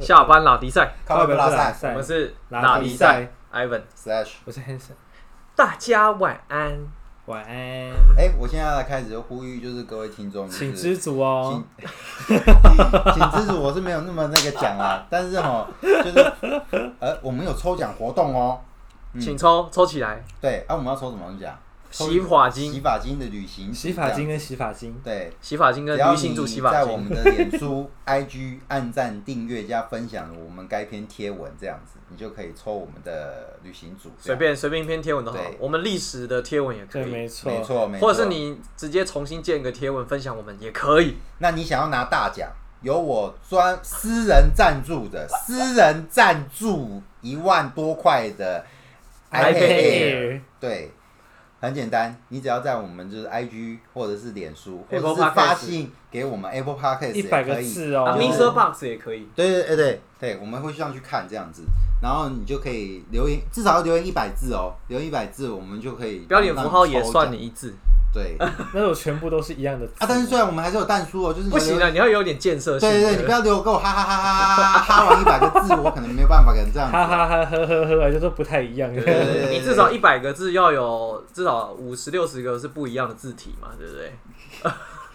下班拉迪赛，靠北拉塞我们是拉拉迪迪赛赛，Ivan， slash。我是 Hanson，大家晚安。晚安，哎，我现在来开始呼吁，就是各位听众，就是请知足哦请。 请支持，我是没有那么那个奖啊， 但是哈，就是呃，我们有抽奖活动哦。嗯请抽抽起来，对，啊，我们要抽什么东西啊？抽洗发洗精，发精的旅行，洗发精。跟洗发精，对，洗发精跟只要呃女性你主洗在发我精。们的脸书、IG 按赞、订阅加分享我们该篇贴文这样子，你就可以抽我们的旅行组。这随样便随便一篇贴文都好对，我们历史的贴文也可对，以，没错，没错，没错。或者是，你直接重新建个贴文分享我们也可以。那你想要拿大奖，有我专私人赞助的，私人赞助一万多块的 iPad Air Air 对，很简单，你只要在我们就是 IG 或者是脸书，或 Apple 者是发 Podcast 信给我们 Apple Podcast 一百也个可以。字啊哦。 ，Mr. Box 也可以。对对对对对，我们会上去看这样子，然后你就可以留言，至少要留言一百字哦，留言一百字我们就可以标点符号也算你你一抽字，奖对啊，那我全部都是一样的字。但是虽然我们还是有蛋书哦，就是 你不要行留了，你要有点建设对性。对对，你不要留给我哈哈哈哈哈哈哈完一百个字，我可能没有办法跟这样子。哈哈哈呵呵呵，就都不太一样。对对对对对对你至少一百个字要有至少五十六十个是不一样的字体嘛，对不对？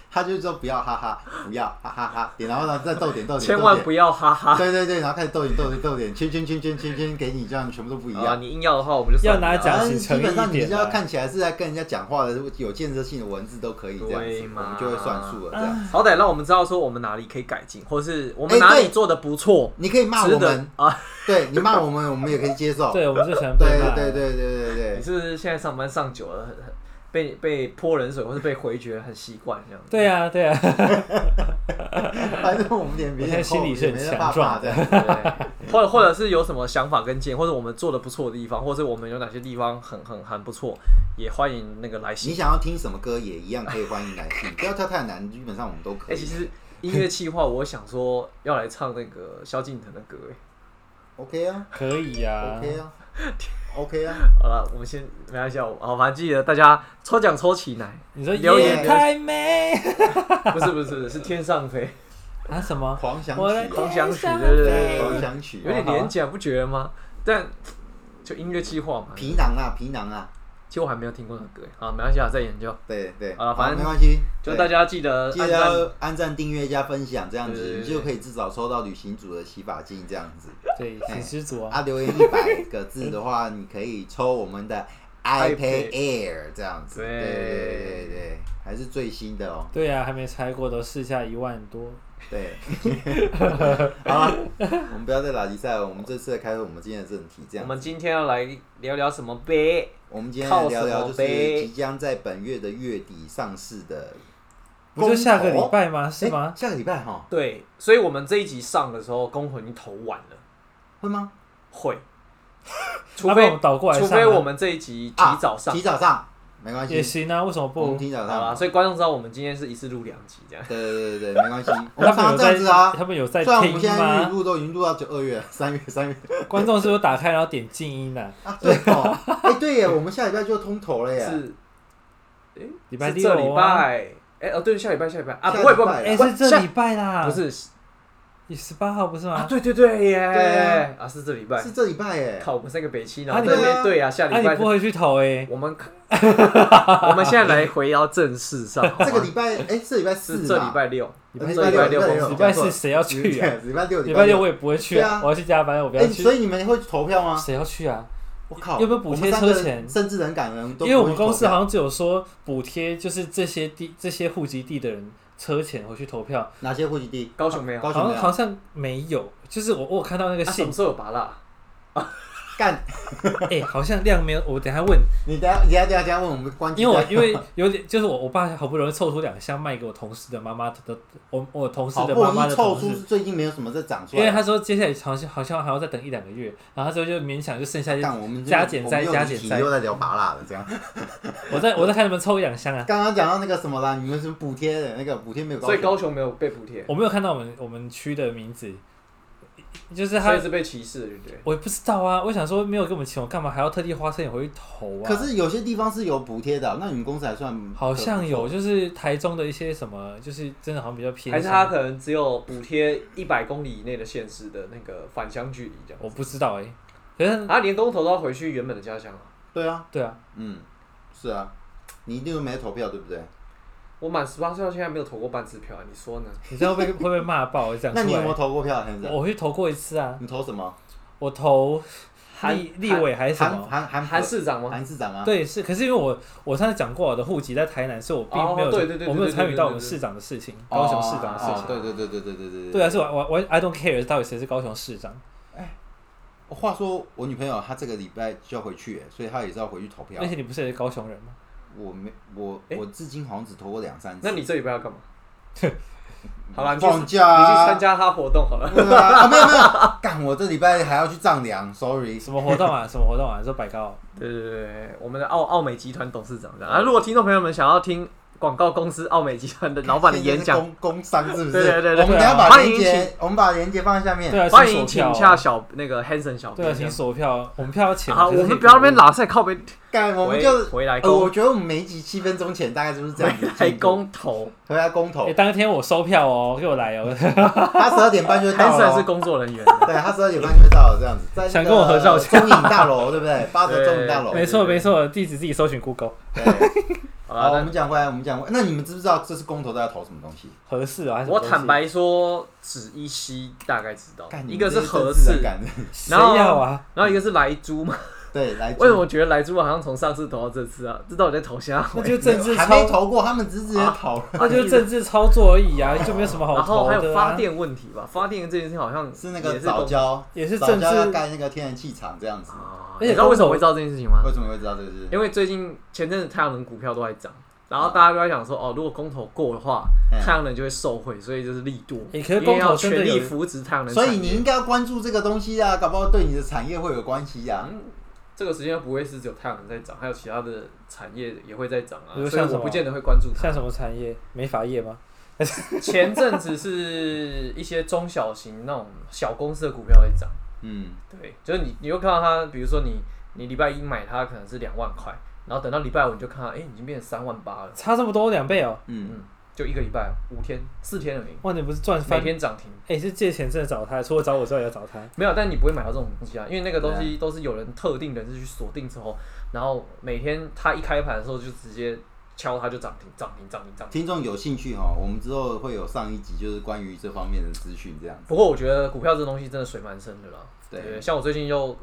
他就说不要哈哈，不要哈哈哈，点然后呢再逗点逗点，千万逗不点要哈哈。对对对，然后开始逗点逗点逗点，圈圈圈圈圈圈，给你这样全部都不一啊，样。你硬要的话，我们就算要拿了奖然后请基诚意本上一你就点要啊。看起来是在跟人家讲话的，有建设性的文字都可以这样对子，我嘛们就会算数了这样。好歹让我们知道说我们哪里可以改进，或是我哎们哪里对做的不错，你可以骂值我得们，啊。对你骂我们，我们也可以接受。对，我们就喜欢被对骂对对。对对对你是不是现在上班上久了，很很被被泼冷水或是被回绝很习惯这样？对啊，对啊，对，反正我们脸皮我现很在厚，心里是很也没办法强壮骂这样对，或者或者是有什么想法跟建议，或者我们做的不错的地方，或者我们有哪些地方很很很不错，也欢迎那个来你信。想要听什么歌也一样可以欢迎来信，不 要挑太难，基本上我们都可哎、以其。实音乐企划，我想说要来唱那个萧敬腾的歌。哎 OK 啊可以啊。 ，OK 啊，OK 啊，好了，我们先没关系啊，我好，反正记得大家抽奖抽起来，你说留言夜太美不是不是不是是天上飞啊？什么？狂想我的曲啊，狂想曲，对对对对，对狂。想曲有啊，点廉价，不觉得吗？但就音乐计划嘛，皮囊啊，皮囊啊，其实我还没有听过那歌，好，没关系啊，再研究。对对，好了啊反正没关系，就对大。家记得记按得赞，要按赞、订阅加分享，这样对对子对你就可以至少抽到旅行组的洗发精，这样子。对，请知足啊。啊，留言一百个字的话，你可以抽我们的 iPad iPad Air 这样子。对对对对对对，还是最新的哦。对啊，还没拆过都试下一万多。对， 好了，我们不要再打比赛了。我们这次来开会，我们今天的正题这我样。们今天要来聊聊什么呗？我们今天来聊聊就靠什么是呗即将在本月的月底上市的公不投，就下个礼拜吗？是诶吗？下个礼拜哈，对，所以我们这一集上的时候，公魂已经投完了，会吗？ 会，除那不然我非们倒过来除上啊非我们这一集提早上啊，提早上没关也系，行啊，为什么我们不？提早好啦，上。所以观众知道我们今天是一次录两集这样。对对对对，没关系，我他们们常常有这样在子啊。他们有在虽然我们听现在预吗？录都已经录到九二月、 三月、三月，观众是不是打开然后点静音呢？啊，对 哦，哎、对耶，我们下礼拜就通头了耶。是，礼拜是六这啊礼拜，哎哦，对，下礼拜下礼拜啊，下不礼会啊不拜会，哎，是这下礼拜啦，不哎是你十八号不是啊，吗？对对对对耶，啊是这礼拜是，这礼拜耶。靠，我们三个北七，然啊后你在那边们对啊，下礼那你拜不回去投哎？我们 我们现在来回到正事上，好吗这个礼拜，哎、这礼拜四是嘛这礼拜六，呃拜礼这拜礼拜六，六六，礼拜四谁要去啊？ 对礼拜六，礼拜六我。也不会去对啊啊，我要去加班，我不哎、要去所。以你们会投票吗？谁要去啊？我靠，要不要补贴车钱我们三个甚至能感人都不会去投票，因为我们公司好像只有说补贴，就是这些地这些户籍地的人车钱回去投票，哪些户籍地？高雄没有，高雄好没像有好像没有。就是我我有看到那个啊什信么，时候有拔蜡？干，哎，好像量没有。我等一下问，你等一下，你等一下，等一下问我们关机 因为我在因为有点就是我我爸好不容易凑出两箱卖给我同事的妈妈的，我我同事好的不妈容妈易的凑同出事。最近没有什么在长出因为他来。说接下来好像好像还要再等一两个月，然后他之后就勉强就剩下一干，我们这加减我灾们又加离减题灾又。在聊拔蜡了，这样。我在我在看你们抽两箱啊，刚刚讲到那个什么啦，你们是补贴的那个补贴没有高所以雄，高雄没有被补贴，我没有看到我们我们区的名字，就是所他以，是被歧视的，对不对？我也不知道啊。我想说没有给我们钱，我干嘛还要特地花钱回去投啊？可是有些地方是有补贴的，啊那你们公司还算好像可不错有，就是台中的一些什么，就是真的好像比较偏还是乡他可能只有补贴一百公里以内的县市的那个返乡距离这样？我不知道哎、可是啊，连公投都要回去原本的家乡啊！对啊，对啊，嗯，是啊，你一定都没投票对不对？我满十八岁到现在没有投过半次票啊，你说呢？你知道会被会被骂爆，我讲出那你有没有来。投过票，现在？我去投过一次啊，你投什么？我投韩立立委还是什韩么？韩韩嗯韩市长吗？韩市长啊？对，是，可是因为我我上次讲过我的户籍在台南，所以我并哦没有，对对对对啊我没有对对参与到我们对对市长的事情，哦，高雄市长的事哦情。对对对对对对对对啊，是我我我 I don't care 到底谁是高雄市长。话说我女朋友她这个礼拜就要回去，所以她也是要回去投票而。且你不是也是高雄人吗？我没我诶我至今好像只投过两三次。那你这礼拜要 干嘛？好啦，你去放假你去啊参加他活动好了。对啊，啊没有没有， 干我这礼拜还要去丈量，sorry。什么活动啊？什么活动啊？你说百高对对对对，我们的奥奥美集团董事长这样啊。如果听众朋友们想要听广告公司奥美集团的老板的演现在讲，是工工商是不是？对对对对我们等一下把欢迎链接，我们把链接放在下面。对啊，欢请迎锁请票洽啊。小那个 Hanson 小对编啊，这请样。锁票，我们票要钱。好，可是我可以们不要那边投拉赛靠背，干，我们回就回来呃，我公觉得我们每一集七分钟前大概就是这回样子。来公投回来啊公投欸，当天我收票哦，给我 来哦。他十二点半就会到，Hanson 是了。哦工作人员。对他十二点半就会到了，这样子。在那个想跟我合照中影大楼对不对？八德中影大楼。对没错没错，地址自己搜寻 Google，对好好，我了，们讲回来，我们讲回来。那你们知不知道这次公投大家投什么东西？合适啊。那还是什么我东西坦，白说，只依稀大概知道干，你一们个这是些合政治适人，干 的谁然后要啊？然后一个是莱猪嘛。对，来为什么我觉得莱猪好像从上次投到这次啊？这到底在投虾？那就政治还没操，投过，他们只是直接啊 投了。那就是政治操作而已啊，就没有什么好然后投还的有啊发。电问题吧，发电这件事情好像是那也个是早公教，也是早政教要治盖那个天然气厂这样子。啊而且你知道为什么公投我会知道这件事情吗？为什么会知道这个事？因为最近前阵子太阳能股票都在涨，然后大家都在讲说，哦，如果公投过的话，嗯太阳能就会受惠，所以就是利多，欸可是公投因为要真的全有力扶植太阳能所产业，以你应该要关注这个东西啊，搞不好对你的产业会有关系啊呀、嗯这个时间不会是只有太阳能在涨，还有其他的产业也会在涨啊，比如所以像什我么不见得会关注它像。什么产业？美发业吗？前阵子是一些中小型那种小公司的股票在涨。嗯，对，就是你，你会看到它，比如说你，你礼拜一买它可能是两万块，然后等到礼拜五你就看到，哎、已经变成三万八了，差这么多，两倍哦！嗯嗯，就一个礼拜五天四天而已，哇，你不是赚翻每？天涨停。哎，是借钱真的找他，除了找我之外也要找他。没有，但你不会买到这种东西啊，因为那个东西都是有人特定人士去锁定之后，然后每天它一开盘的时候就直接敲它就涨停，涨停，涨停，涨停。听众有兴趣哈，我们之后会有上一集就是关于这方面的资讯，这 样不过我觉得股票这东西真的水蛮深的啦，对像我最近又，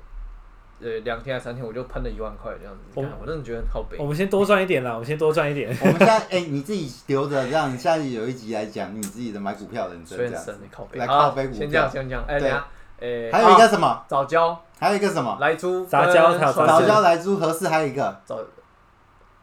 呃，两天还是三天我就喷了一万块这样子，我你看我真的觉得很好悲我。们先多赚一点啦，我们先多赚一点。我们下哎、你自己留着，让你下一集有一集来讲你自己的买股票人生水这很样子深。的靠背，来好靠背股先这票样，先这样。哎，对等一下，哎，还有一好个什么？早教、还有一个什么？来猪、杂交跟杂双早生教来租合适，还有一个早，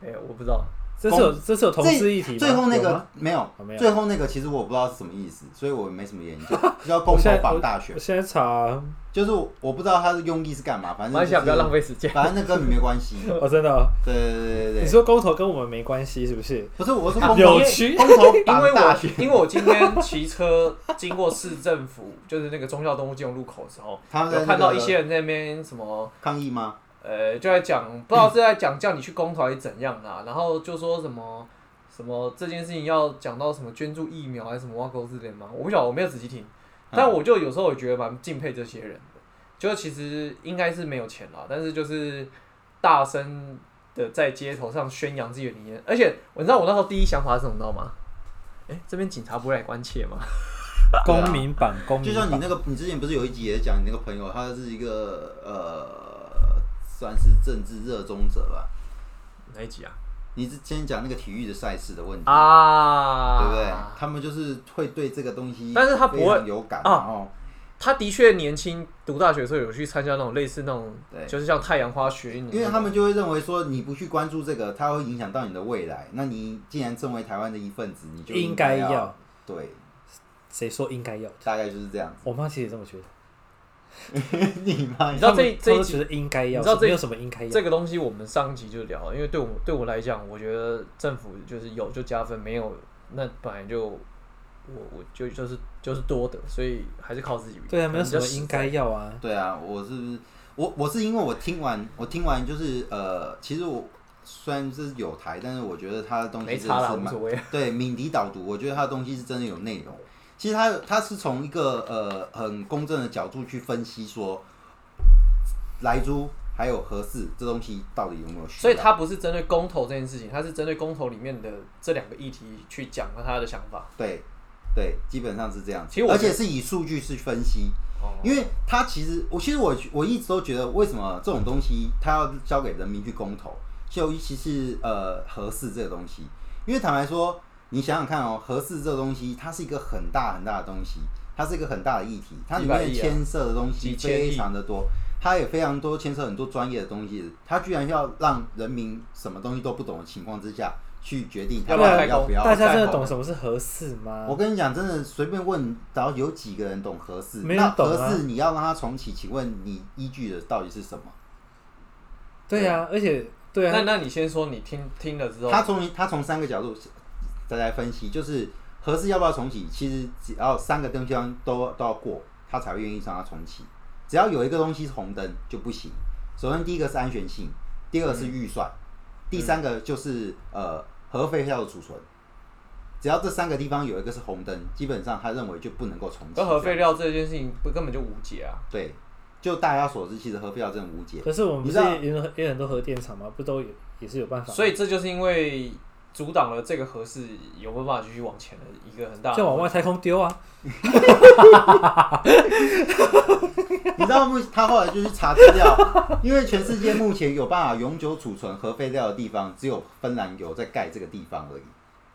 哎，我不知道，这次有这次有投资议题吗？最后那有个吗没有哦没，有最后那个其实我不知道是什么意思，所以我没什么研究。叫公投 我现在榜大选我，现在查，就是我不知道它的用意是干嘛，反没正关系啊，就不要浪是费时间。反正那跟你没关系。哦，真的哦，对对对对对你，说公投跟我们没关系是不是？不是，我是公投有趣公投因榜为大我 选，因为我今天骑车经过市政府，就是那个忠孝东路金融路口的时 候，他们在有那看到个一些人在那边什么。抗议吗？呃，就在讲，不知道是在讲叫你去公投还是怎样啦，然后就说什么什么这件事情要讲到什么捐助疫苗还是什么挖沟之类的吗？我不晓得，我没有仔细听，但我就有时候也觉得蛮敬佩这些人的，就其实应该是没有钱啦，但是就是大声的在街头上宣扬自己的理念，而且我知道我那时候第一想法是什么，你知道吗？哎、这边警察不会来关切吗？啊公民版，公就民像你版。那个，你之前不是有一集也讲你那个朋友，他是一个呃，算是政治热衷者吧？哪一集啊？你之前讲那个体育的赛事的问题，啊，对不对？他们就是会对这个东西，但是他不会有感，哦啊然后他的确年轻读大学的时候有去参加那种类似那种对，就是像太阳花学运的那种，因为他们就会认为说你不去关注这个，它会影响到你的未来。那你既然身为台湾的一份子，你就应该该要，对，谁说应该要？大概就是这样。 我妈其实也这么觉得，你妈你知道这她这都一觉集得应该要，你知道这没有什么应该要。这个东西我们上集就聊了，因为对我对我来讲，我觉得政府就是有就加分，没有那本来就我我就就是就是多的，所以还是靠自己比较。对啊，没有可能比什较么实应该要啊。对啊，我是我我是因为我听完我听完就是呃，其实我虽然是有台，但是我觉得他的东西没真差的啦，是无蛮所谓。对敏迪导读，我觉得他的东西是真的有内容。其实他他是从一个呃很公正的角度去分析说，莱猪还有合适这东西到底有没有需要所以他不是针对公投这件事情，他是针对公投里面的这两个议题去讲了他的想法。对对，基本上是这样。其实我而且是以数据去分析，哦，因为他其实我其实我我一直都觉得，为什么这种东西他要交给人民去公投，就尤其是呃合适这个东西，因为坦白说，你想想看哦，合适这个东西，它是一个很大很大的东西，它是一个很大的议题，它里几百面亿啊牵涉的东西几千亿非常的多。它也非常多牵涉很多专业的东西，它居然要让人民什么东西都不懂的情况之下去决定它到要不要底开要工不要大家真再的好懂了什么是合适吗？我跟你讲，真的随便问，然后有几个人懂合适？没人懂啊那合适你要让他重启，请问你依据的到底是什么？对啊，而且对那啊，那你先说，你听听了之后，他从他从三个角度再来分析，就是合适要不要重启，其实只要三个灯箱都都要过，他才会愿意让它重启。只要有一个东西是红灯就不行。首先第一个是安全性，第二个是预算，第三个就是呃核废料的储存。只要这三个地方有一个是红灯，基本上他认为就不能够重启。而核废料这件事情不根本就无解啊。对，就大家所知，其实核废料真的无解。 可是我们你不知是道也有也有很多核电厂吗？不都也也是有办法，所以这就是因为阻挡了这个核试有没有办法继续往前的一个很大的。就往外太空丢啊。你知道目他后来就去查资料，因为全世界目前有办法永久储存核废料的地方，只有芬兰有在盖这个地方而已。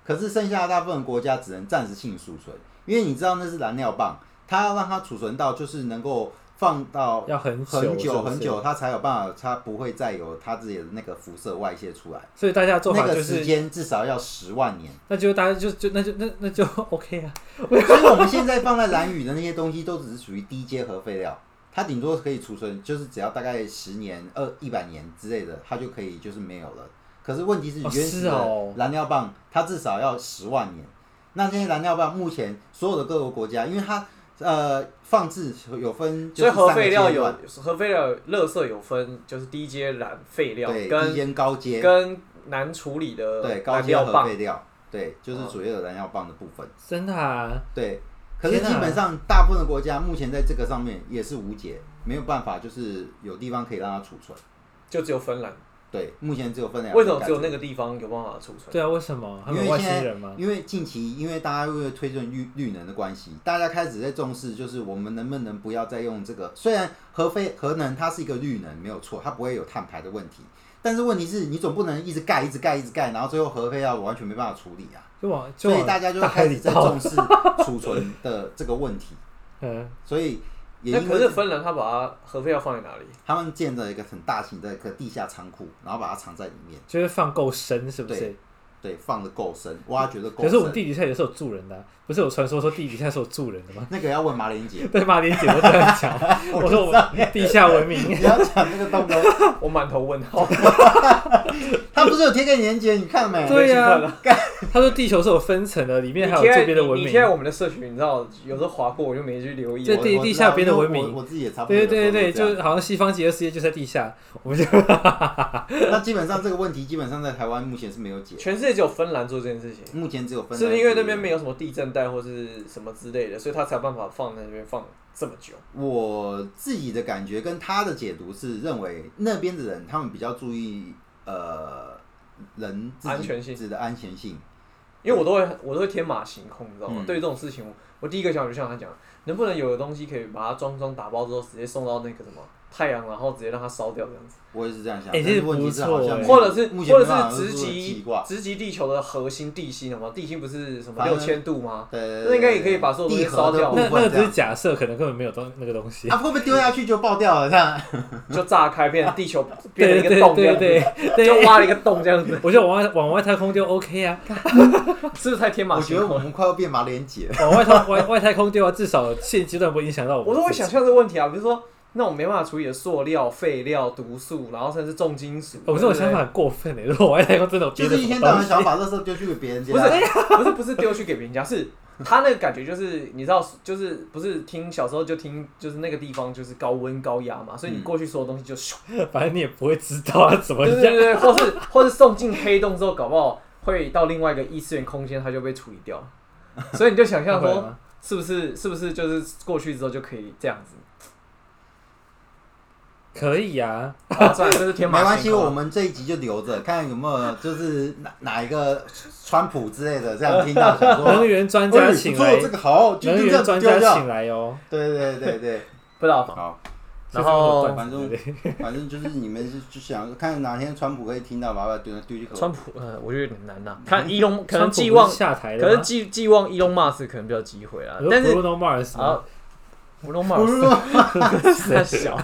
可是剩下的大部分国家只能暂时性储存，因为你知道那是燃料棒，它要让它储存到就是能够放到要很久很是久不是很久，它才有办法，它不会再有它自己的那个辐射外泄出来。所以大家的做那法个就时是，间至少要十万年。那就大家就就那就那那就 OK 啊。所以我们现在放在蓝宇的那些东西，都只是属于低阶核废料，它顶多可以储存，就是只要大概十年、二一百年之类的，它就可以就是没有了。可是问题是哦原始是哦的燃料棒，它至少要十万年。那这些燃料棒目前所有的各个国家，因为它呃放置有分，就是所以核废料三个阶有段核废料、垃圾有分，就是低阶燃废料对低跟阶高阶跟难处理的对高燃阶料核棒哦废。料，对就是主要的燃料棒的部分。真的啊，对，可是天啊基本上大部分的国家目前在这个上面也是无解，没有办法，就是有地方可以让它储存。就只有芬兰，对，目前只有分两为什么只有那个个地方有办法储存？对啊，为什么？他因们为有外星现在人吗，？因为近期，因为大家为了推动绿绿能的关系，大家开始在重视，就是我们能不能不要再用这个。虽然核废核能它是一个绿能，没有错，它不会有碳排的问题，但是问题是你总不能一直盖、一直盖、一直盖，然后最后核废料完全没办法处理啊。就往就所以往大家就大海开里始在倒。重视储存的这个问题，嗯，所以也那因可为是芬兰，它把它核废料放在 哪里？他们建了一个很大型的一个地下仓库，然后把它藏在里面，就是放够深，是不是？对，放的够深，挖掘的够可是我们深。地底下也是有住人的啊、不是有传说说地底下是有住人的吗？ 那个要问马莲姐，对，马莲姐都这 样讲，我说我们地下文明你要讲那个东 东，我满头 问号。他不是有贴给你链接，你看没？对呀、我已啊，他说地球是有分层的，里面你还有贴在这边的文你明贴。在我们的社群，你知道，有时候划过我就没去留意。这我地我地知道下边的因为文明我我自己也差不多有对时候都对这对，样。哦就好像西方极乐世界就在地下，我们就那基本上这个问题，基本上在台湾目前是没有解，全世界只有芬兰做这件事情，目前只有分。是不是因为那边没有什么地震带或是什么之类的，所以他才有办法放在那边放这么久？我自己的感觉跟他的解读是认为那边的人他们比较注意呃人自己安全性自己的安全性，因为我都会我都会天马行空，你知道吗？嗯对于这种事情，我我第一个想法就像他讲，能不能有的东西可以把它装装打包之后，直接送到那个什么太阳，然后直接让它烧掉这样子，我也是这样想。哎但这是个问题是不错好像哎没有或者是目前或没者办法是直做出击计划直击地球的核心地心，好吗？地心不是什么反正六千度 吗？对，那应该也可以把所有东西地核烧掉的部我那分那这个只是样假设，可能根本没有东那个东西。啊，会不会丢下去就爆掉了？这 样就炸开，变成地球变成对一个对洞这对样子，对就对，挖了一个洞这样子，我觉得往外往外太空丢 OK 啊， 是不是太天马我觉行得空我了？们快要变马连姐 了。往外太外外太空丢啊，至少现阶段不会影响到我们。我都会想象这个问题啊，比如说那种没办法处理的塑料、废料、毒素，然后甚至重金属。哦我这种对不对想法很过分哎、如果往外太空真的有就别的是一什么天到东晚西，啊想要把垃圾丢去给别人家，不是不是不是丢去给别人家，是他那个感觉就是你知道，就是不是听小时候就听，就是那个地方就是高温高压嘛，嗯所以你过去所有东西就咻，反正你也不会知道啊它怎么对对样。对，对或是或是送进黑洞之后，搞不好会到另外一个异次元空间，它就被处理掉。所以你就想象会说，吗是不是是不是就是过去之后就可以这样 子？可以啊，啊，算了，这是天马没关系，行空啊我们这一集就留着，看有没有就是哪哪一个川普之类的这样听到想说，能源专家哎请不错来，这个好，就能就这源样专丢家请掉。来哦。对对对 对，不知道。好，然后这是我反段正子之类反正就是你们是就想看哪天川普可以听到，把它丢丢去川普，呃，我觉得有点难呐、他伊隆可川能普寄不望是，下台可了是吗？寄寄望伊隆马斯可能比较有机会啊哎你。说但是 Bruno Mars 吗啊，布隆马斯太小，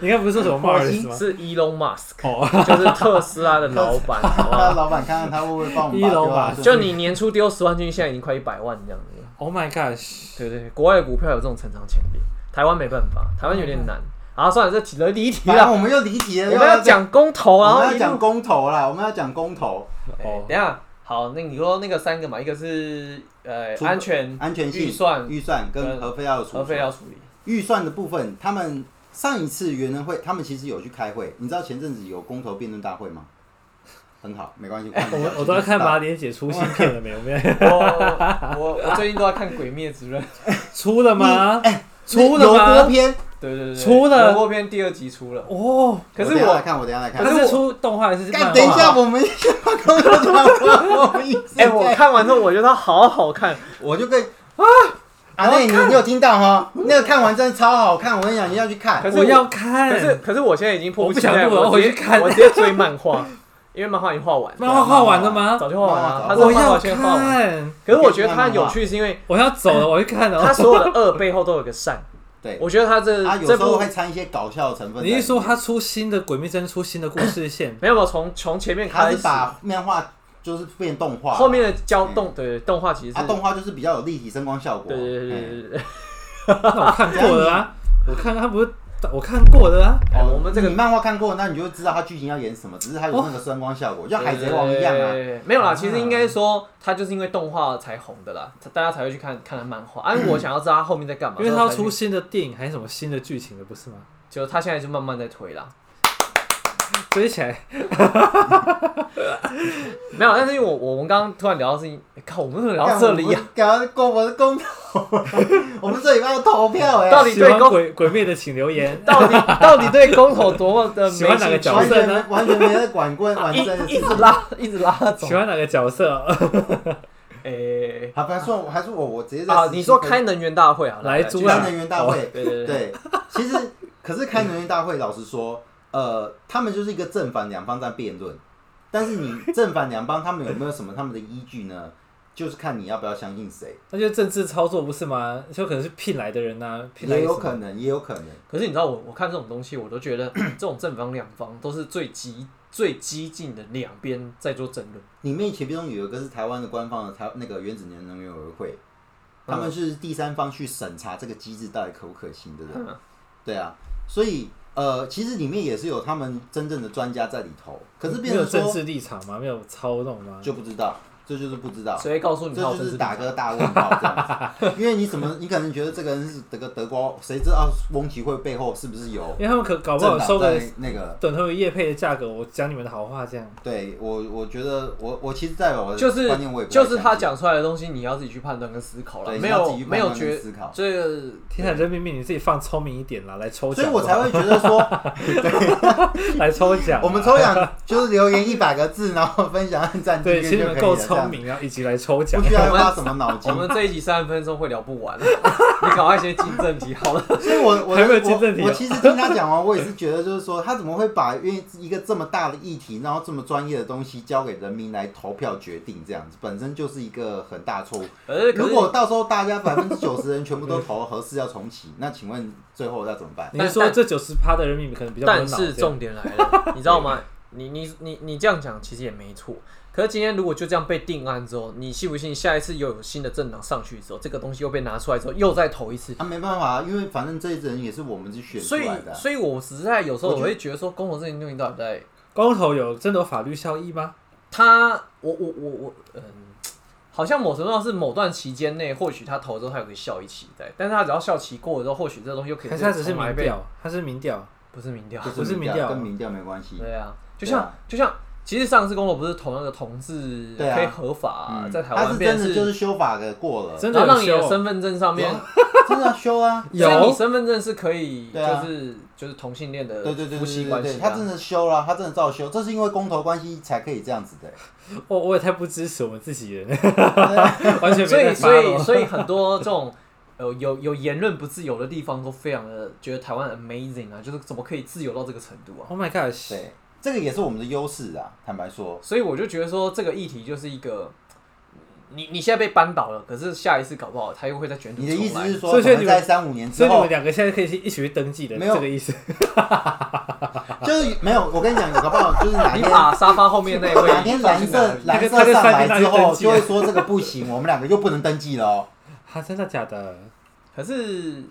你看不是说什么 Mars 吗？是伊隆马斯克，哦，就是特斯拉的老板，好不那好？老板看看他会不会帮我们一楼把吧它丢啊就掉你年初丢十万进去，现在已经快一百万这样子。 Oh my gosh！对对，对国外的股票有这种成长潜力，台湾没办法，台湾有点难。啊，算了，这提了离题反正了。我们又离题了，我们又要讲公投，然我后们要一路讲公投啦，我们要讲公投，哎哦等一下好，那你说那个三个嘛，一个是呃出安全、安全性、预算、预算跟跟核废料的处核废理。料处理。预算的部分，他们上一次原能会，他们其实有去开会。你知道前阵子有公投辩论大会吗？很好，没 关系。我我们我都要看马。莲姐出新片了没？有没有我我我最近都在看《鬼灭之刃》，出了啊吗？哎出出了油锅吗？篇，对对对，出了油锅篇第二集出了，哦，可是我等一下来我看，我等一下来看。可它是我是出动画还是漫干画？等一下，我们公投大会，我们一直哎、在我看完之后我觉得它好好看，我就跟啊，阿内你你有听到哈？那个看完真的超好看，我跟你讲，你要去看可。是我我要看。可是可是我现在已经迫我不及想待，录了我我直接去看我直接追漫画，因为漫画已经画完了，漫画画完了吗？早就画完了、漫画它早是我漫画要先画完。看，可是我觉得它有趣，是因为我要走了，我要看它哦。所有的恶背后都有个善。对，我觉得它这、他有这时候部，会掺一些搞笑的成分在里你面。一说他出新的《鬼灭之刃》，出新的故事线没有没有从从前面他开是始，把漫画就是变动画，后面的交动、对动画其实它是、动画就是比较有立体声光效果。对对对嗯对对对。那我看过了啊，我看他不是我看过的啊。哎我们这个哦哦你漫画看过，那你就知道它剧情要演什么，只是它有那个声光效果，就像海贼王一样啊。对没有啦，啊其实应该说他就是因为动画才红的啦，他大家才会去看看他漫画。啊，因为我想要知道他后面在干嘛，因为他要所以出我才去，新的电影还是什么新的剧情的，不是吗？就他现在就慢慢在推啦。追起来，没有，但是因为我我们刚刚突然聊到事情，哎靠，我们怎么聊到这里呀？啊干，搞公我的公投，我们这 礼拜要投票哎，到底喜对欢公鬼鬼灭的请留言。 到底到底对公投多么的喜欢没哪兴个趣角完色全呢没完全没在管过完整的啊一一事直情。拉一直拉走喜。欢哪个角色啊？哎，好，反正我还是我，我直接在啊，私信你说开能源大会啊？来猪举啊办能源大会，哦对对对，对，其实可是开能源大会，老实说，呃，他们就是一个正反两方在辩论，但是你正反两方他们有没有什么他们的依据呢？就是看你要不要相信谁，那就政治操作不是吗？就可能是聘来的人呐、聘来也有什么可能，也有可能。可是你知道我我看这种东西，我都觉得 这种正方两方都是最激最激进的两边在做争论。里面其中有一个是台湾的官方的台那个原子能能源委员会，他们是第三方去审查这个机制到底可不可行的人。嗯对啊，所以呃，其实里面也是有他们真正的专家在里头，可是嗯没变有成政说治立场吗？没有操弄吗？就不知道，这就是不知道。谁会告诉你啊这他有就政治是立打场？个大问号这样 子，因为你什么，你可能觉得这个人是德个德国，谁知道翁奇会背后是不是有因为他们可搞不政好啊收党个在那个？等他们业配的价格，我讲你们的好话这样。对我，我觉得我我其实代表我的就是观念我也不太就是他相信，讲出来的东西，你要自己去判断跟思考了，对没你要有自己去没慢慢有地觉思考 这个啊天下人民币，你自己放聪明一点啦，来抽所奖以好不我好，才会觉得 说，来抽奖。我们抽奖就是留言一百个字，然后分享按赞，对，订其实阅就可你以们了够这样聪明，然啊后一起来抽奖不。需要花什么脑筋我。们这一集三十分钟会聊不完，啊 你赶快先进正题好了。所以我我还没有进正题我哦我其实听他讲完，我也是觉得就是说，他怎么会把一一个这么大的议题，然后这么专业的东西交给人民来投票决定，这样子本身就是一个很大错误。可是可如是果到时候大家百分之九十人全部都投合适要重启，那请问最后要怎么办？你是说但这九十趴的人民币可能比较没有但脑是这样重点来了，你知道吗？你你你你这样讲其实也没错。可是今天如果就这样被定案之后，你信不信下一次又有新的政党上去之后，这个东西又被拿出来之后又再投一次？啊，没办法，因为反正这一人也是我们去选出所以来的啊。所以我实在有时候我我觉得会觉得说，公投这件东西到底在公投有真的有法律效益吗？他，我我我我，嗯，好像某程度上是某段期间内，或许他投之后他有个效益期在，但是他只要效期过了之后，或许这东西又可以还再是他只是重来民被，调，他是民调，不是民调，不是民调啊调，跟民调没关系。对啊，就嗯对像、啊就像其实上次公投不是投那个同志对啊可以合法、嗯在台他湾是变真成的就是修法的过了，哦真的然后让你有的修哦身份证上面，真的要修啊。所以你有身份证是可以就对啊是就是同性恋的对对对夫对妻对关对，系他啊真。的修了，他真的照修，这是因为公投关系才可以这样子的。我我也太不支持我们自己人， 完全没所以在所以 follow 所以很多这种呃有有言论不自由的地方都非常的觉得台湾 amazing 啊，就是怎么可以自由到这个程度啊？ Oh my gosh！对，这个也是我们的优势啊。坦白说，所以我就觉得说这个议题就是一个。你你现在被扳倒了，可是下一次搞不好他又会再卷土你的重意思来是说，所以可你能们在三五年所之以你后们，两个现在可以一起去登记的，没有这个意思。 就是没有。我跟你讲，搞不好就是哪你天 把沙发后面那位哪天蓝放进色来蓝他色在上饭店来之那里后，登记就啊会说这个不行，我们两个又不能登记了哦，啊，真的假的？可是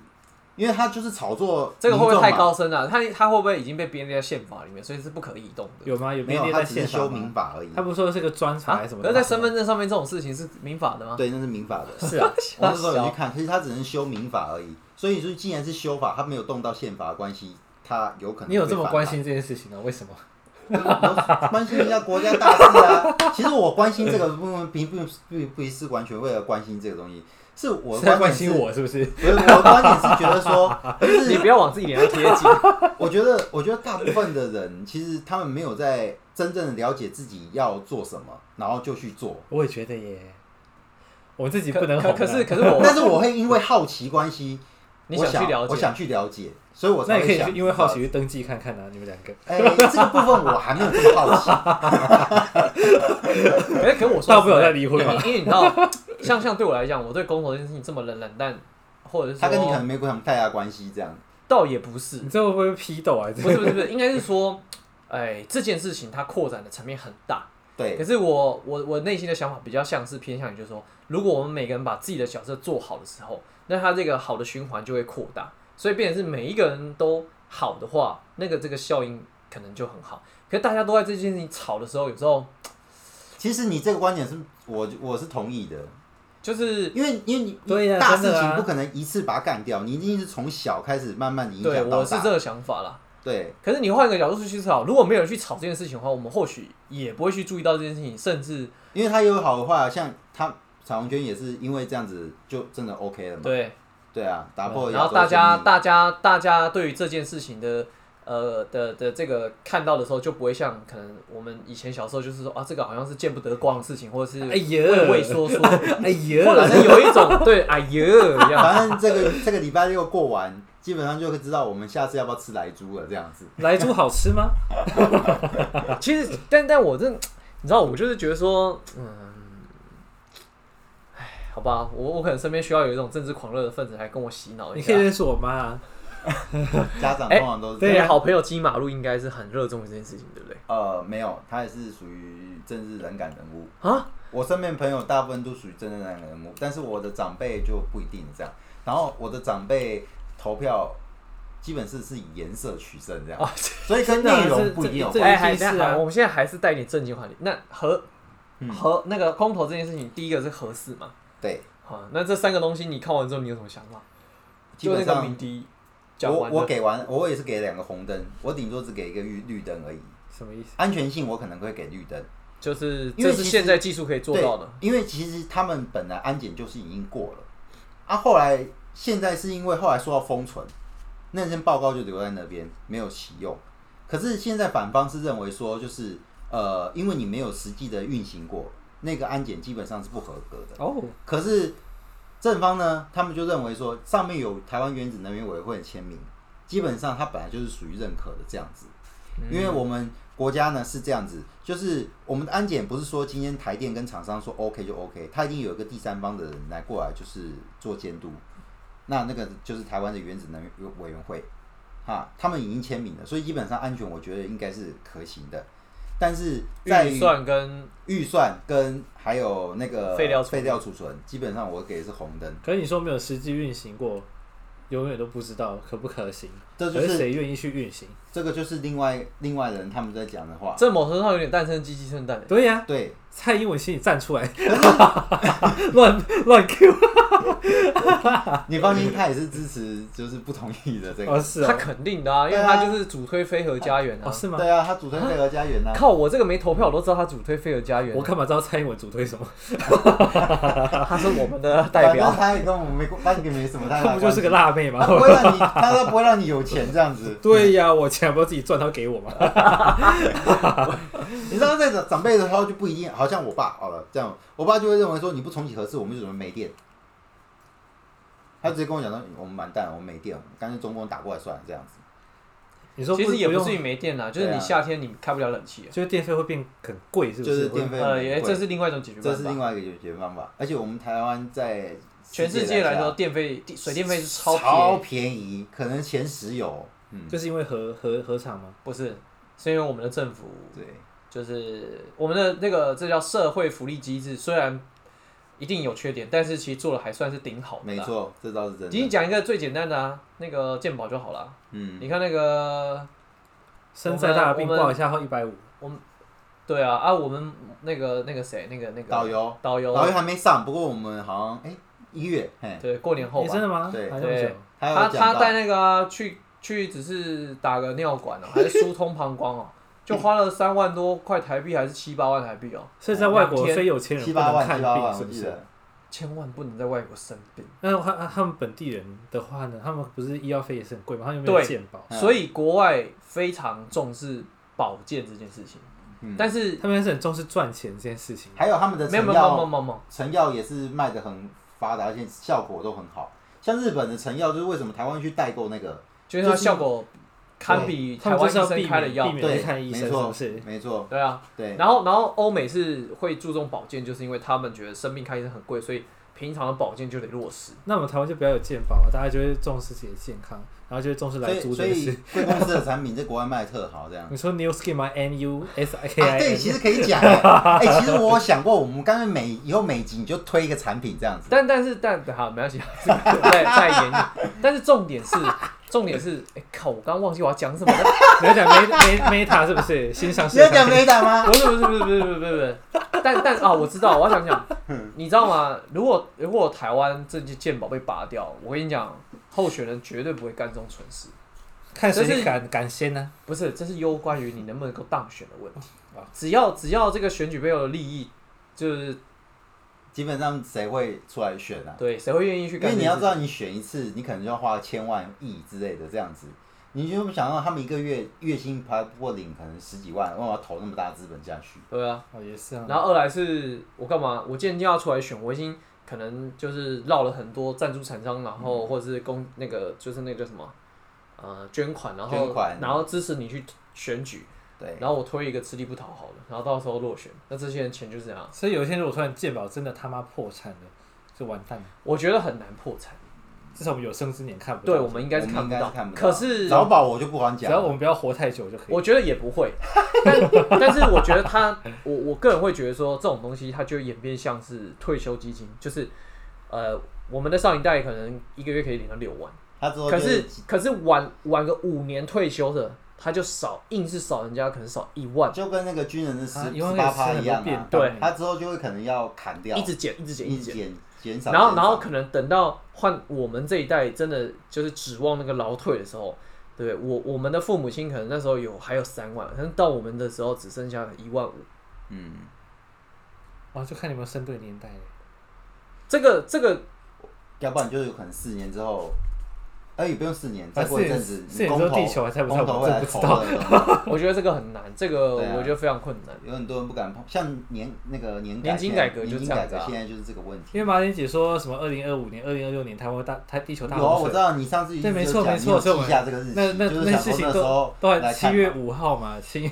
因为他就是炒作这个会不会太民众嘛？啊高深了、他他会不会已经被编列在宪法里面，所以是不可移动的？啊有吗？有没被有，列他在只是宪修法民吗？法而已。他不是说是个专法还是什么啊可的是吗？在身份证上面这种事情是民法的 吗？对，那是民法的。 是啊，我那时候有去看，其实他只能修民法而已。所以你说，既然是修法，他没有动到宪法的关系，他有可能你有这会么犯关法心这件事情 啊？为什么？关心一下国家大事啊。 其实我关心这个部分，并并并不是完全为了关心这个东西，是我是的在观关点心是，我是不是？不是我的观点是觉得说， 就是你不要往自己脸上贴金。我觉得，我觉得大部分的人其实他们没有在真正的了解自己要做什么，然后就去做。我也觉得耶，我自己可不能可红。啊可是可是，是 我，但是我会因为好奇关系，你我想去了解我想去了解，所以我才那你可会以想。去因为好奇，去登记看看啊，你们两个。 哎、这个部分我还没有这么 好奇。哎，可是我说实在，大不了再离婚嘛因为因为你知道，像像对我来讲，我对公投这件事情这么冷冷淡，或者是他跟你可能说，没有什么太大关系，这样。倒也不是，你这会不会批斗啊？不是不是不是，应该是说，哎，这件事情它扩展的层面很大。对可是我我我内心的想法比较像是偏向于，就是说，如果我们每个人把自己的角色做好的时候，那他这个好的循环就会扩大，所以变成是每一个人都好的话，那个这个效应可能就很好。可是大家都在这件事情吵的时候，有时候其实你这个观点是我我是同意的，就是因为因为你对呀大真的事情啊不可能一次把它干掉，你一定是从小开始慢慢的影对响到我是大。这个想法啦。对可是你换一个角度去思考，如果没有人去吵这件事情的话，我们或许也不会去注意到这件事情，甚至因为他有好的话，像他彩虹娟也是因为这样子就真的 OK 了嘛。对对啊，打破然亚后洲大家先例大家大家对于这件事情的呃的的这个看到的时候，就不会像可能我们以前小时候就是说啊，这个好像是见不得光的事情，或者是 哎呀畏畏缩缩，哎或者呀，是有一种对哎呀一样。反正这个这个礼拜六过完，基本上就会知道我们下次要不要吃来猪了这样子。莱猪好吃吗？其实，但但我真你知道，我就是觉得说，嗯，哎，好吧，我我可能身边需要有一种政治狂热的分子来跟我洗脑一你可下以。认识我妈啊。家长哎通常都是、对你啊的好朋友金马路应该是很热衷于这件事情，对不对？呃没有，他也是属于政治冷感人物。啊，我身边朋友大部分都属于真正的人物，但是我的长辈就不一定这样。然后我的长辈投票基本是是以颜色取胜这样，哦 所以跟真的啊内容这不一定有这关。哎，个还意思啊等一下我们现在还是带一点正经话题。那核嗯核那个公投这件事情，第一个是核四嘛，对，啊，那这三个东西你看完之后，你有什么想法？基就那本个鸣上笛讲我完我了，给完，我也是给两个红灯，我顶多只给一个绿绿灯而已。什么意思？安全性我可能会给绿灯，就是因为这是其实现在技术可以做对到的。，因为其实他们本来安检就是已经过了，啊，后来现在是因为后来说要封存，那份报告就留在那边没有启用。可是现在反方是认为说，就是呃，因为你没有实际的运行过，那个安检基本上是不合格的。哦，可是正方呢，他们就认为说，上面有台湾原子能源委员会的签名，基本上它本来就是属于认可的这样子。因为我们国家呢是这样子，就是我们的安检不是说今天台电跟厂商说 OK 就 OK，它一定有一个第三方的人来过来就是做监督。那那个就是台湾的原子能源委员会，哈，他们已经签名了，所以基本上安全我觉得应该是可行的。但是在于预算跟预算跟还有那个废料储存废料储存，基本上我给的是红灯，可是你说没有实际运行过，永远都不知道可不可行。这就可是谁愿意去运行？这个就是另外另外人他们在讲的话，这某程度上有点诞生鸡鸡生蛋。对呀、对，啊蔡英文心里站出来， 乱乱 Q 你放心，他也是支持就是不同意的这哦，个。是他啊，肯定的啊，因对为啊他就是主推飞和家园哦啊。是吗？对啊，他主推飞鹅家园啊呐、靠，我这个没投票，我都知道他主推飞和家园啊。我干嘛知道蔡英文主推什么？他是我们的代反表正，他也跟我们没关，他也没什么太大他 关不系。就是个辣妹他吗？不会让你，他都不会让你有钱这样 子。对呀，我钱不是自己赚，他给 我嘛。你知道在长长辈的时候就不一定，好像我爸好了这样，我爸就会认为说你不重启合适，我们就准备没电。他直接跟我讲说我们完蛋了，我们没电了，干脆中国人打过来算了这样子。你说其实也不至用，于没电啦，就是对你啊夏天你开不了冷气啊。就是电费会变很贵，是不就是是？电费呃，很也贵，这是另外一种解决这办是法另。外一个解决方法。而且我们台湾在全世界来讲说，电费、地水电费是超超便宜，便宜，可能前十有。嗯，就是因为核核核厂吗？不是，是因为我们的政府对，就是我们的那个这叫社会福利机制，虽然一定有缺点，但是其实做的还算是顶好的没啦。错，这倒是真仅仅的。讲一个最简单的啊，那个健保就好了。啊嗯，你看那个，生在大病我们挂一下后一百五，对啊啊，我们那个那个谁，那个那个导游，导游，导游还没上，不过我们好像哎一月，嘿，对，过年后诶吧真。的吗？对还那么久对？还有他讲他到带那个啊、去去只是打个尿管哦、还是疏通膀胱哦、就花了三万多块台币，还是七八万台币哦、所以在外国两天非有钱人七不八能万，看七八病，万，是我不记是？得。千万不能在外国生病。哦那他他们本地人的话呢？他们不是医药费也是很贵吗？他们又没有对健保，嗯所以国外非常重视保健这件事情，嗯但是他们还是很重视赚钱这件事情。还有他们的没有没成有没有没药，有没有没有，成药也是卖的很发达，而且效果都很好。像日本的成药，就是为什么台湾去代购那个，就是它就是效果堪比他台们就湾医是要避生开的免避药。免对去，看医生，没是不错是？，没错，对啊，对，然后然后欧美是会注重保健，就是因为他们觉得生病看医生很贵，所以平常的保健就得落实。那我们台湾就比较有健保，大家就会重视自己的健康，然后就会重视所来以租所这件事以。贵公司的产品在国外卖得特好，这样。你说 New Skin 吗？N U S I K 啊， I 对， N，其实可以讲哎、哎其实我有想过，我们干脆每以后每集你就推一个产品这样子，但但是但好，没关系， 再再演绎。但是重点是，重点是，哎、靠，我刚忘记我要讲什么了。你要讲 Meta Meta 是不是？新上市你要讲的 Meta 吗？不是不是不是不是不是不是，但但啊，我知道，我要想想，嗯你知道吗？如果如果台湾这些鉴宝被拔掉，我跟你讲，候选人绝对不会干这种蠢事。看就谁是敢敢先呢？不是，这是攸关于你能不能够当选的问题啊。只要只要这个选举背后的利益，就是 基本上谁会出来选啊？对谁会愿意去因干为这件事？你要知道，你选一次，你可能就要花千万亿之类的这样子。你就不想到他们一个月月薪还不过领可能十几万，为什么要投那么大资本下去？对啊。哦，也是嗯啊。然后二来是我干嘛？我既然要出来选，我已经可能就是绕了很多赞助厂商，然嗯后或者是公那个就是那个叫什么呃捐款，然后捐款然后支持你去选举。对，然后我推一个吃力不讨好的，然后到时候落选，那这些人钱就这样，所以有一天如果突然健保真的他妈破产了，就完蛋了。我觉得很难破产。至少我们有生之年看不到。对我们应该是我们看应不该到，是看不到。可是劳保我就不敢只讲要我了，们不要活太久就可以。我觉得也不会。但 但是我觉得他，我我个人会觉得说，这种东西它就演变像是退休基金，就是呃，我们的上一代可能一个月可以领到六万，他之后可就是可是晚晚个五年退休的，他就少，硬是少人家可能少一万，就跟那个军人的十啊以十后八可以吃趴很一多样便啊，对他之后就会可能要砍掉，一直减，一直减，一一直直减。减减少，然后，减然少后可能等到换我们这一代，真的就是指望那个劳退的时候，对不对我我们的父母亲可能那时候有还有三万，可能到我们的时候只剩下一万五。嗯。哇，就看你们生对年代了。这个这个 要不然就是有可能四年之后，哎、也不用四年，啊再过一阵四子，年你四年公之后投地球还在不在公投我会这来不知投道的，我觉得这个很难，这个对啊我觉得非常困难。有很多人不敢碰，像年那个年年金金改革就年金这样改子革啊现在就是这个问题。因为马玲姐说什么二零二五年、二零二六年台湾大台地球有大啊，洪我知水，道你上次一直对没就错讲没你错有所以我记下这个日期，那那就是那想事说情那时都候都还来七看月嘛五号嘛，七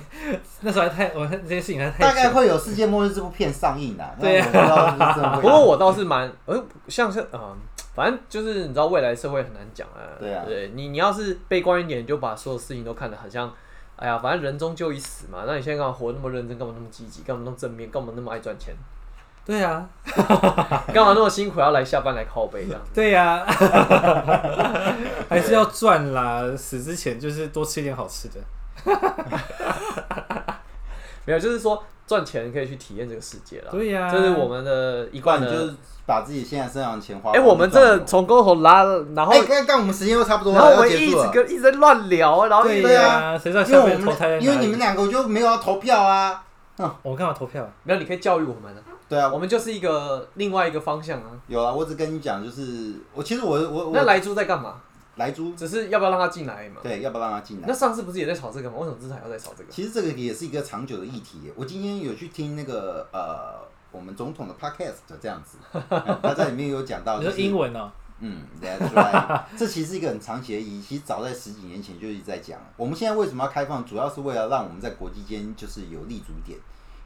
那时候还太我看这些事情还太大概小会有世界末日这部片上映啊。对啊那我不知道是不是真的会 不过我倒是蛮，呃，像是啊、反正就是你知道未来社会很难讲啊。对啊对你你要是悲观一点，你就把所有事情都看得很像。哎呀，反正人终究已死嘛。那你现在干嘛活那么认真？干嘛那么积极？干嘛那么正面？干嘛那么 爱赚钱？对啊，干嘛那么辛苦要来下班来靠背这样？对呀、 还是要赚啦！死之前就是多吃一点好吃的。没有，就是说赚钱可以去体验这个世界了。对呀这是我们的一一贯贯你就的。是把自己现在身上的钱花哎、光。我们就赚这了从沟头拉，然后、哎，刚刚我们时间又差不多了，然后我要们结一束直了。跟一直在乱聊，然后一直对呀啊谁知道因为下我面投胎在们哪里因为你们哦两个就没有要投票啊。我们干嘛投票？没有，你可以教育我们啊，对啊，我们就是一个另外一个方向啊。有啊，我只跟你讲，就是我其实我我那我莱猪在干嘛？来猪，只是要不要让他进来嘛？对，要不要让他进来那？上次不是也在吵这个吗？为什么这次还要再吵这个？其实这个也是一个长久的议题耶。我今天有去听那个呃，我们总统的 podcast 这样 子，嗯他在里面有讲到、你就说是，英文哦？嗯，That's right，这 其实是一个很长期的议题，其实早在十几年前就一直在讲。我们现在为什么要开放，主要是为了让我们在国际间就是有立足点，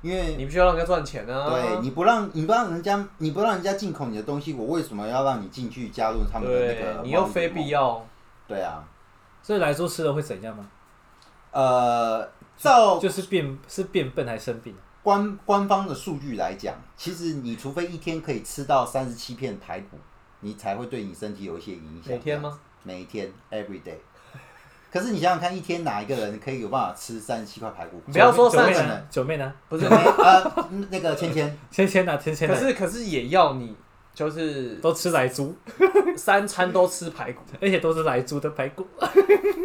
因为你必须要让人家赚钱啊。对，你不让你不让人家你不让人家进口你的东西，我为什么要让你进去加入他们的那个对贸易联盟？你又非必要，对啊，所以来猪吃了会怎样吗？呃，照就是变是变笨还是生病？啊官官方的数据来讲，其实你除非一天可以吃到三十七片排骨，你才会对你身体有一些影响。每天吗？每天，every day。可是你想想看，一天哪一个人可以有办法吃三十七块排骨？不要说九妹三呢，九妹呢？啊不是九妹呃，那个芊芊，先先拿，先先可拿，是可是也要你就是都吃来猪，三餐都吃排骨，而且都是来猪的排骨。哦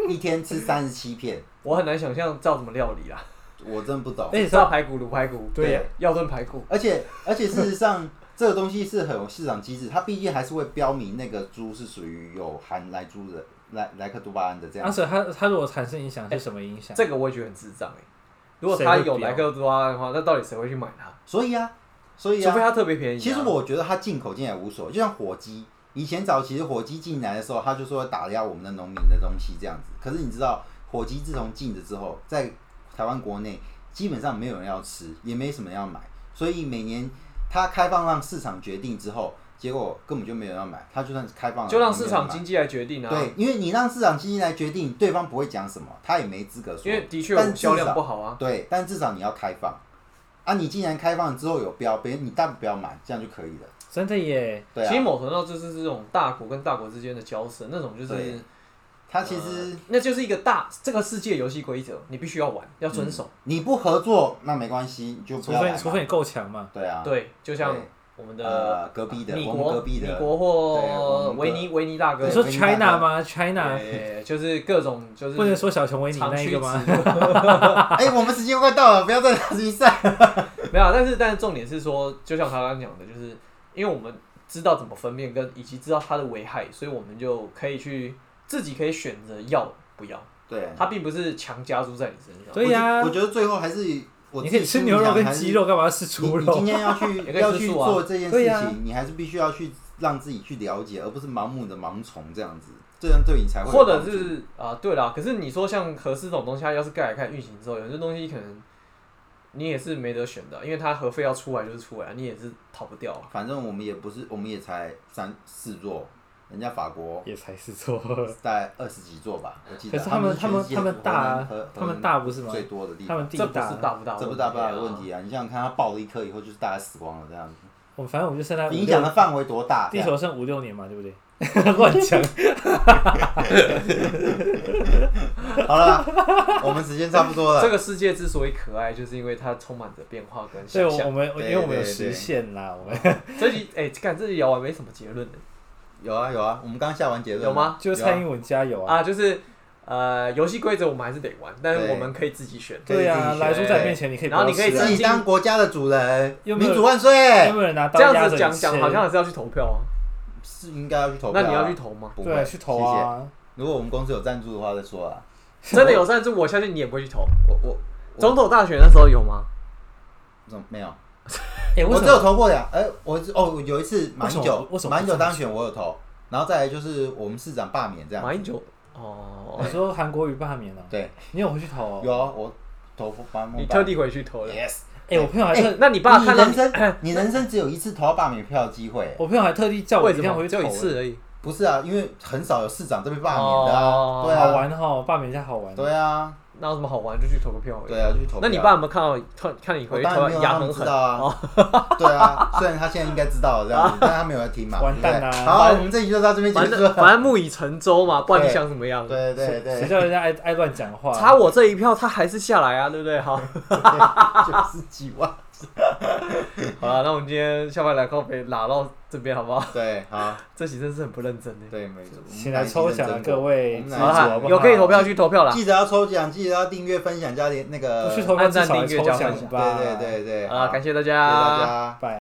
一天吃三十七片，我很难想象照怎么料理啦。我真不懂。而且知道排骨、卤排骨，啊对呀要炖排骨，而且而且事实上，这个东西是很有市场机制，它毕竟还是会标明那个猪是属于有含莱猪的莱莱克多巴胺的这而样。且它它如果产生影响是什么影啊响？这个我也觉得很智障哎、如果谁他会有标莱克多巴胺的话，那到底谁会去买它？所以啊，所以除非啊，它特别便宜啊、其实我觉得它进口进来无所谓，就像火鸡，以前早期的火鸡进来的时候，他就说打压我们的农民的东西这样子。可是你知道，火鸡自从进了之后，在台湾国内基本上没有人要吃，也没什么人要买，所以每年它开放让市场决定之后，结果根本就没有人要买。它就算开放了，就让也没市有人场买经济来决定啊。对，因为你让市场经济来决定，对方不会讲什么，他也没资格说。因为的确但我销量至少不好啊。对，但至少你要开放啊！你既然开放之后有标，别人你但不要买，这样就可以了。真的耶，对其实啊，某程度上就是这种大国跟大国之间的交涉，那种就是对他其实呃那就是一个大这个世界游戏规则，你必须要玩，要遵守。你不合作那没关系，你就不除要来非嘛除非你够强嘛。对啊，对，就像对我们的呃隔壁的，米我国、们隔壁米的，国对我或们隔维尼维尼大哥你，说维尼大哥 China 吗？China 对，就是各种就是不能说小熊维尼长那一驱个直吗？入哎，我们时间快到了，不要再打比 赛。没有啊，但是但是重点是说，就像他刚刚讲的，就是因为我们知道怎么分辨跟以及知道它的危害，所以我们就可以去自己可以选择要不要，对，它并不是强加诸在你身上。对呀我觉得最后还是我 你自己可以吃心里牛肉想跟还是鸡肉，干嘛要吃你猪你今肉？天要去 也可以要吃去素啊做这件事对情，呀你还是必须要去让自己去了解，而不是盲目的盲从这样子，这样对你才会有或者帮助是啊、对啦，可是你说像核适这种东西，它要是盖来看运行之后，有些东西可能你也是没得选的，因为它核废要出来就是出来，你也是逃不掉啊。反正我们也不是，我们也才三四座，人家法 国也才是错。在二十几座吧，我记可得。是他们他他们他们大啊和，他们大不是吗？最多的地他方，们地这不是大。大不大问题啊、这不大不大的问题啊！你想想看，它爆了一颗以后，就是大家死光了这样 子，我们反正我们就剩下五影响六，的范围多大？地球剩五六年嘛，对不对？ 乱 讲。这样好了啦， 我们时间差不多了这。个世界之所以可爱，就是因为它充满着变化跟对，想象。我们因对为我们有对实对现啦，我们这集哎，看、这集聊完没什么结论的、有啊有啊，我们刚下完结论有吗了 就是有啊蔡英文加油啊！啊，就是呃，游戏规则我们还是得玩，但是对我们可以自己选。对可以自呀，己选来猪在面前你可以不然要后吃啊，你可以自己当国家的主人，有没有民主万有岁！没有人拿刀这样压着子你讲讲，切好像还是要去投票啊。是应该要去投票那啊。你要去投吗？ 不对会去投！啊，谢谢如果我们公司有赞助的话再说啊啦。真的有赞助，我相信你也不会去投。我我总统大选那时候有吗？怎么没有？哎，为我什只么有投过两，哎，我哦有一次马英九为什么为什么马英九当选我有投，然后再来就是我们市长罢免这样。马英九哦，你说韩国瑜罢免了？对，你有回去投哦？有啊我投罢免。你特地回去投的。 yes，哎，我朋友还特，那你爸你看到人 生你人生只有一次投到罢免票的机会，我朋友还特地叫我为一什定要回么去只有投一欸，次而已？不是啊，因为很少有市长这被罢免的啊哦，对好啊，玩哈，罢免一下好玩。对啊，那有什么好玩就去投个票而已。对啊，就去投票。那你爸有没有看到看看你我回当头然没有让牙他很们知狠？哦道 啊，对啊，虽然他现在应该知道了这样子，但他没有来听嘛，完对蛋啦不对好，我们这集就到这边结反束正了。反正木已成舟嘛，不然你对想怎么样？对啊对谁 对，叫人家爱爱乱讲话？差我这一票，他还是下来啊，对不 对？好，九十几万，好了，那我们今天下班来靠北拉到这边好不好？对，好，这集真是很不认真的。对，没错。我们请来哪一集抽认真奖啊过各位我们哪一好集啦啦好不，好有可以投票去投票啦。记得要抽奖，记得要订阅、分享加点那个，不去投票按至赞少订阅抽加奖分享吧。对对对对，啊，感谢谢大谢家大。家。拜。